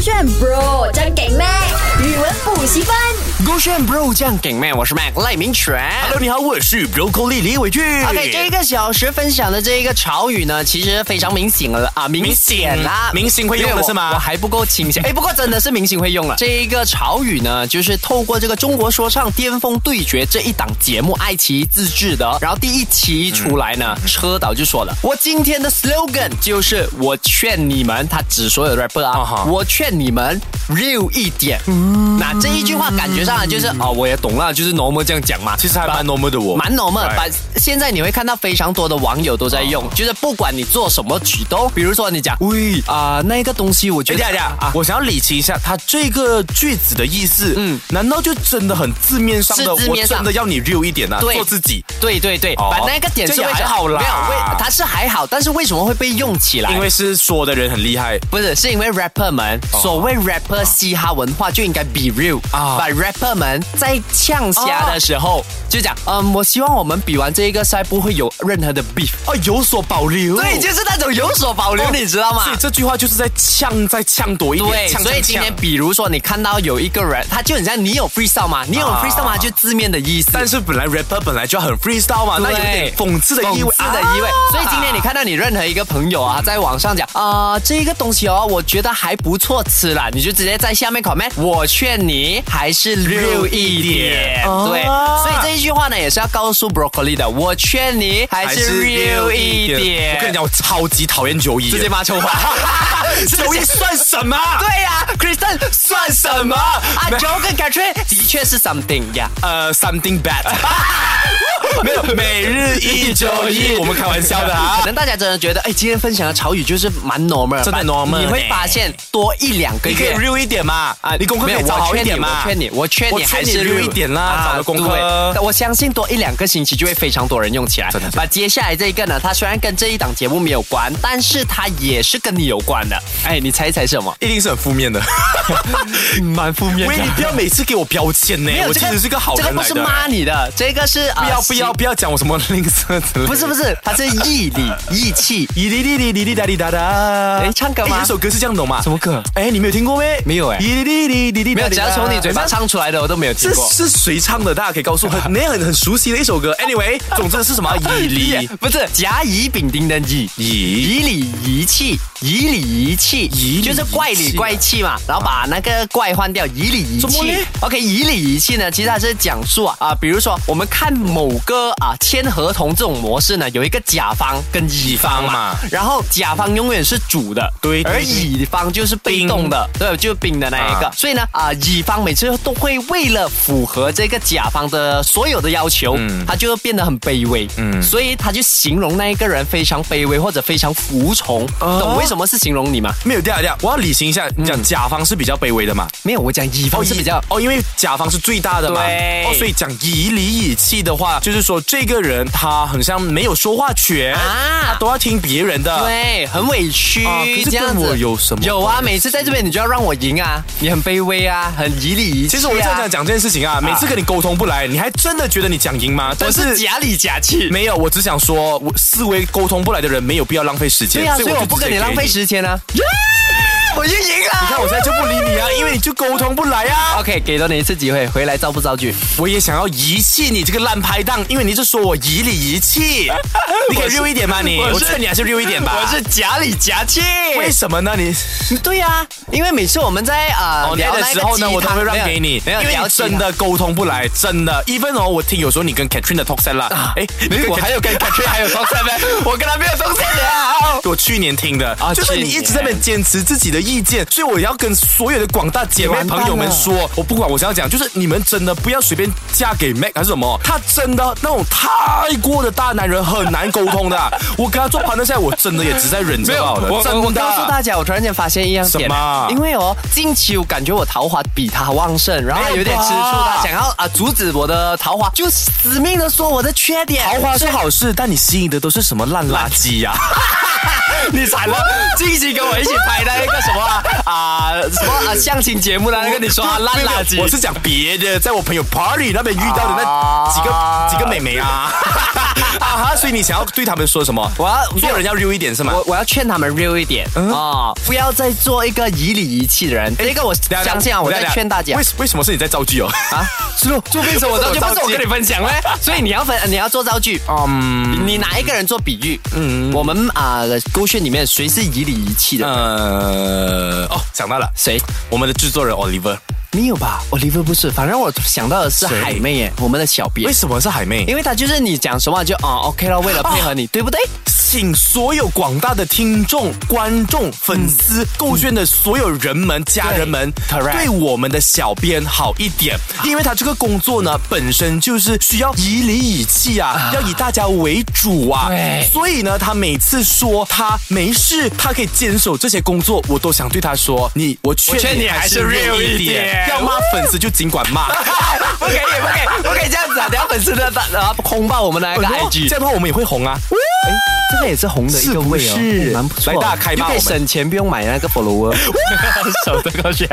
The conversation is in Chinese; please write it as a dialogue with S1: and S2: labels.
S1: 炫 Bro 真给力，语文补习班。
S2: 勾选 bro 酱给妹，我是 Mac 赖明全。
S3: Hello，你好，我是 Broccoli 李伟俊。
S2: OK，这个小时分享的这一个潮语呢，其实非常明显了啊，明显啦，
S3: 明星会用的
S2: 因为我
S3: 是吗
S2: 我还不够清醒，哎，不过真的是明星会用了。这一个潮语呢，就是透过这个《中国说唱巅峰对决》这一档节目，爱奇艺自制的。然后第一期出来呢，
S3: 嗯
S2: 车导就说了，我今天的 slogan 就是我劝你们，他指所有 rapper 啊
S3: 啊哈嗯
S2: 我劝你们 real 一点。那这一句话感觉上来就是哦，我也懂了，就是 normal 这样讲嘛。
S3: 其实还蛮 normal 的我，
S2: 蛮 normal，
S3: Right
S2: 把现在你会看到非常多的网友都在用，就是不管你做什么举动，比如说你讲，喂啊、那个东西，我觉
S3: 哎
S2: 得
S3: 呀呀啊！我想要理清一下，他这个句子的意思，嗯，难道就真的很字面上的？
S2: 是字
S3: 我
S2: 面上
S3: 真的要你 real 一点啊，
S2: 对
S3: 做自己，
S2: 对对对，
S3: 哦
S2: 把那个点是
S3: 这也
S2: 为什么
S3: 还好啦
S2: 没有为它是还好，但是为什么会被用起来？
S3: 因为是说的人很厉害。
S2: 不是，是因为 rapper 们、所谓 rapper 嘻哈文化就应该 be real 啊
S3: 啊，
S2: 把 rapper 们在呛虾的时候、就讲，嗯，我希望我们比完这一个赛不会有任何的 beef，
S3: 哦，有所保留。
S2: 对，就是那种有所保留，
S3: 哦
S2: 你知道吗
S3: 所以？这句话就是在呛，在呛多一
S2: 对
S3: 点，，呛
S2: 所以
S3: 呛
S2: 今天
S3: 呛。
S2: 比如说你看到有一个人，他就很像你有 freestyle 嘛，你有
S3: 啊
S2: freestyle 嘛，就字面的意思。
S3: 但是本来 rapper 本来就很 freestyle 嘛，那有点讽刺的意味，啊
S2: 讽刺的意味。所以今天你看到你任何一个朋友啊，在网上讲啊、这个东西哦，我觉得还不错吃啦，你就直接在下面 comment，我劝你还是溜一点。
S3: 哦
S2: 对，所以这一句话呢，也是要告诉 broccoli 的，我劝你还是溜一点。
S3: 我跟你讲，我超级讨厌九一，
S2: 直接骂臭话。
S3: 九一算什么？
S2: 对呀、c h r i s t e n
S3: 算什么？
S2: 啊，Joe 跟 Catherine 的确是 something 呀、
S3: 呃，something bad，没有每日一九 一，我们开玩笑的啊
S2: 可。能大家真的觉得，哎，今天分享的潮语就是蛮 normal，
S3: 真的
S2: 但
S3: normal
S2: 你会
S3: 呢
S2: 发现多一两个
S3: 你可以
S2: 月。
S3: real 一点嘛，啊，你功课可
S2: 没有
S3: 以
S2: 我
S3: 找好一
S2: 劝你
S3: 点嘛。
S2: 我劝你，我劝
S3: 我
S2: 你
S3: 劝
S2: 还
S3: 你
S2: 是啊
S3: real 一点啦找个功课
S2: 对我相信多一两个星期就会非常多人用起来。
S3: 真的真的
S2: 把接下来这一个呢，它虽然跟这一档节目没有关，但是它也是跟你有关的。哎，你猜一猜是 什么？
S3: 一定是很负面的，
S2: 蛮负面
S3: 喂，你不要每次给我标签呢
S2: 没，有，
S3: 哎我其
S2: 这
S3: 实是个好
S2: 这个
S3: 人
S2: 不
S3: 来
S2: 是
S3: 的。
S2: 骂你的，这个是呃
S3: 不
S2: 不
S3: 要不要不要讲我什么吝啬之类的。
S2: 不是不是，它是义理义气。
S3: 咦哩哩哩哩哩哒哩哒哒。
S2: 哎唱歌吗
S3: 哎有一首歌是这样懂吗？
S2: 什么歌
S3: 哎，你没有听过没？
S2: 没有哎
S3: 咦哩哩哩哩哩
S2: 没
S3: 哒
S2: 有，
S3: 哩
S2: 只
S3: 哒
S2: 要从你嘴巴唱出来的，我都没有听
S3: 这
S2: 过。
S3: 是谁唱的？大家可以告诉我，很那很很熟悉的一首歌。Anyway，总之 是什么？咦哩
S2: 不是甲乙丙丁的乙，
S3: 咦，
S2: 以理遗弃，以理遗弃，
S3: 以理遗弃
S2: 就是怪里怪气嘛，然后把那个怪换掉，以理遗
S3: 怎么
S2: 弃
S3: 嘞。
S2: OK，以理遗弃呢，其实它是讲述啊啊，比如说我们看某个啊签合同这种模式呢，有一个甲方跟乙方
S3: 乙
S2: 嘛，
S3: 方嘛
S2: 然后甲方永远是主的，
S3: 对对
S2: 而
S3: 对
S2: 乙方就是被动的，对，就是丙的那一个。
S3: 啊
S2: 所以呢啊，乙方每次都会为了符合这个甲方的所有的要求，
S3: 嗯
S2: 他就变得很卑微，嗯，所以他就形容那一个人非常卑微或者非常服从，
S3: 哦
S2: 懂为什么是形容你吗？
S3: 没有掉掉，我要理清一下，你讲甲方是比较卑微的嘛？
S2: 没有，我讲乙方是比较
S3: 哦，因为甲方是最大的嘛，
S2: 对
S3: 哦，所以讲以理以气的话，就是说这个人他很像没有说话权，
S2: 啊
S3: 他都要听别人的。
S2: 对，很委屈，
S3: 啊可是
S2: 这样
S3: 跟我
S2: 子
S3: 有什么
S2: 有啊，每次在这边你就要让我赢啊，你很卑微啊，很以理遗弃、啊。
S3: 其实我们这样讲讲这件事情啊，每次跟你沟通不来，你还真的觉得你讲赢吗？
S2: 我是假里假气。
S3: 没有，我只想说，我思维沟通不来的人没有必要浪费时间。
S2: 对啊，所以我不跟你浪费
S3: 间。
S2: 时间啊。我就赢了。
S3: 你看我现在就不理你啊，因为你就沟通不来啊。
S2: OK，给多你一次机会，回来造不造句？
S3: 我也想要遗弃你这个烂拍档，因为你是说我以理遗弃。 你可以溜一点吗你？
S2: 我是
S3: 我劝你还是溜一点吧。
S2: 我是假里假气。
S3: 为什么呢？你
S2: 对啊，因为每次我们在啊、
S3: 熬夜的哦时候呢，我都会让给你，
S2: 没有
S3: 因为你真。的沟通不来，真的。even 哦，我听有时候你跟 Catherine 的 talk set 啦，哎、
S2: 啊没有，我还有跟凯 吹，还有东山呗，我跟他没有东山了。
S3: 我去年听的，
S2: 啊
S3: 就是你
S2: 去年
S3: 一直在那边坚持自己的意见，所以我也要跟所有的广大姐妹
S2: 完蛋
S3: 朋友们说，我不管我想要讲，就是你们真的不要随便嫁给 Mac 还是什么，
S2: 啊
S3: 他真的那种太过的大男人很难沟通的啊。我跟他做盘的现在，我真的也只在忍着罢了，
S2: 我
S3: 真
S2: 我
S3: 的。
S2: 我告诉大家，我突然间发现一样点，
S3: 什么
S2: 因为哦，近期我感觉我桃花比他旺盛，然后他有点吃醋，
S3: 没有吧
S2: 他想要啊、阻止我的桃花，就死命的说我的缺点。
S3: 桃花是好事，但你吸引的都是什么烂垃圾 呀、
S2: 你惨 了！近期跟我一起拍哎那个什么啊、什么啊相亲节目的那个，你说啊烂垃圾，
S3: 我是讲别的，在我朋友 party 那边遇到的
S2: 啊
S3: 那几个几个美眉啊， 啊哈，所以你想要对他们说什么？
S2: 我要
S3: 做人要 real 一点是吗？
S2: 我我要劝他们 real 一点啊，不要再做一个以理仪器的人。这个我
S3: 等一下
S2: 相信啊，我在劝大家
S3: 为。什为什么是你在造句 哦？
S2: 啊，就就变成我造句，
S3: 造
S2: 不
S3: 句
S2: 是我跟你分享嘞， 所以你要分，你要做造句，嗯，你拿一个人做比喻，嗯，我们啊勾选里面谁是以理仪器的？
S3: 呃，哦，想到了，
S2: 谁？
S3: 我们的制作人 Oliver，
S2: 没有吧？Oliver 不是，反正我想到的是
S3: 谁
S2: 海妹耶，我们的小编
S3: 为，什么是海妹？
S2: 因为他就是你讲什么就啊 OK 了，为了配合你，对不 对？
S3: 请所有广大的听众、观众、粉丝、购圈的所有人们、家人们，
S2: correct
S3: 对啊我们的小编好一点，因为他这个工作呢，本身就是需要以理以气啊，要以大家为主啊
S2: 对。
S3: 所以呢，他每次说他没事，他可以坚守这些工作，我都想对他说：你，我
S2: 我劝
S3: 劝
S2: 你
S3: 你还
S2: 还
S3: 是
S2: 是 real
S3: real
S2: 一
S3: 一
S2: 点
S3: 点，要骂粉丝就尽管 骂。
S2: 不可以，不可以，不可以哦这样子啊！等下粉丝的然后轰爆我们的那个
S3: 哎呦
S2: IG，
S3: 这样的话我们也会红啊。
S2: 哎，这个也是红的一个位哦，
S3: 是不是
S2: 哎蛮不错的。
S3: 来大家开骂
S2: 又
S3: 我
S2: 可以
S3: 们
S2: 省钱，不用买那个 follower，手这个圈。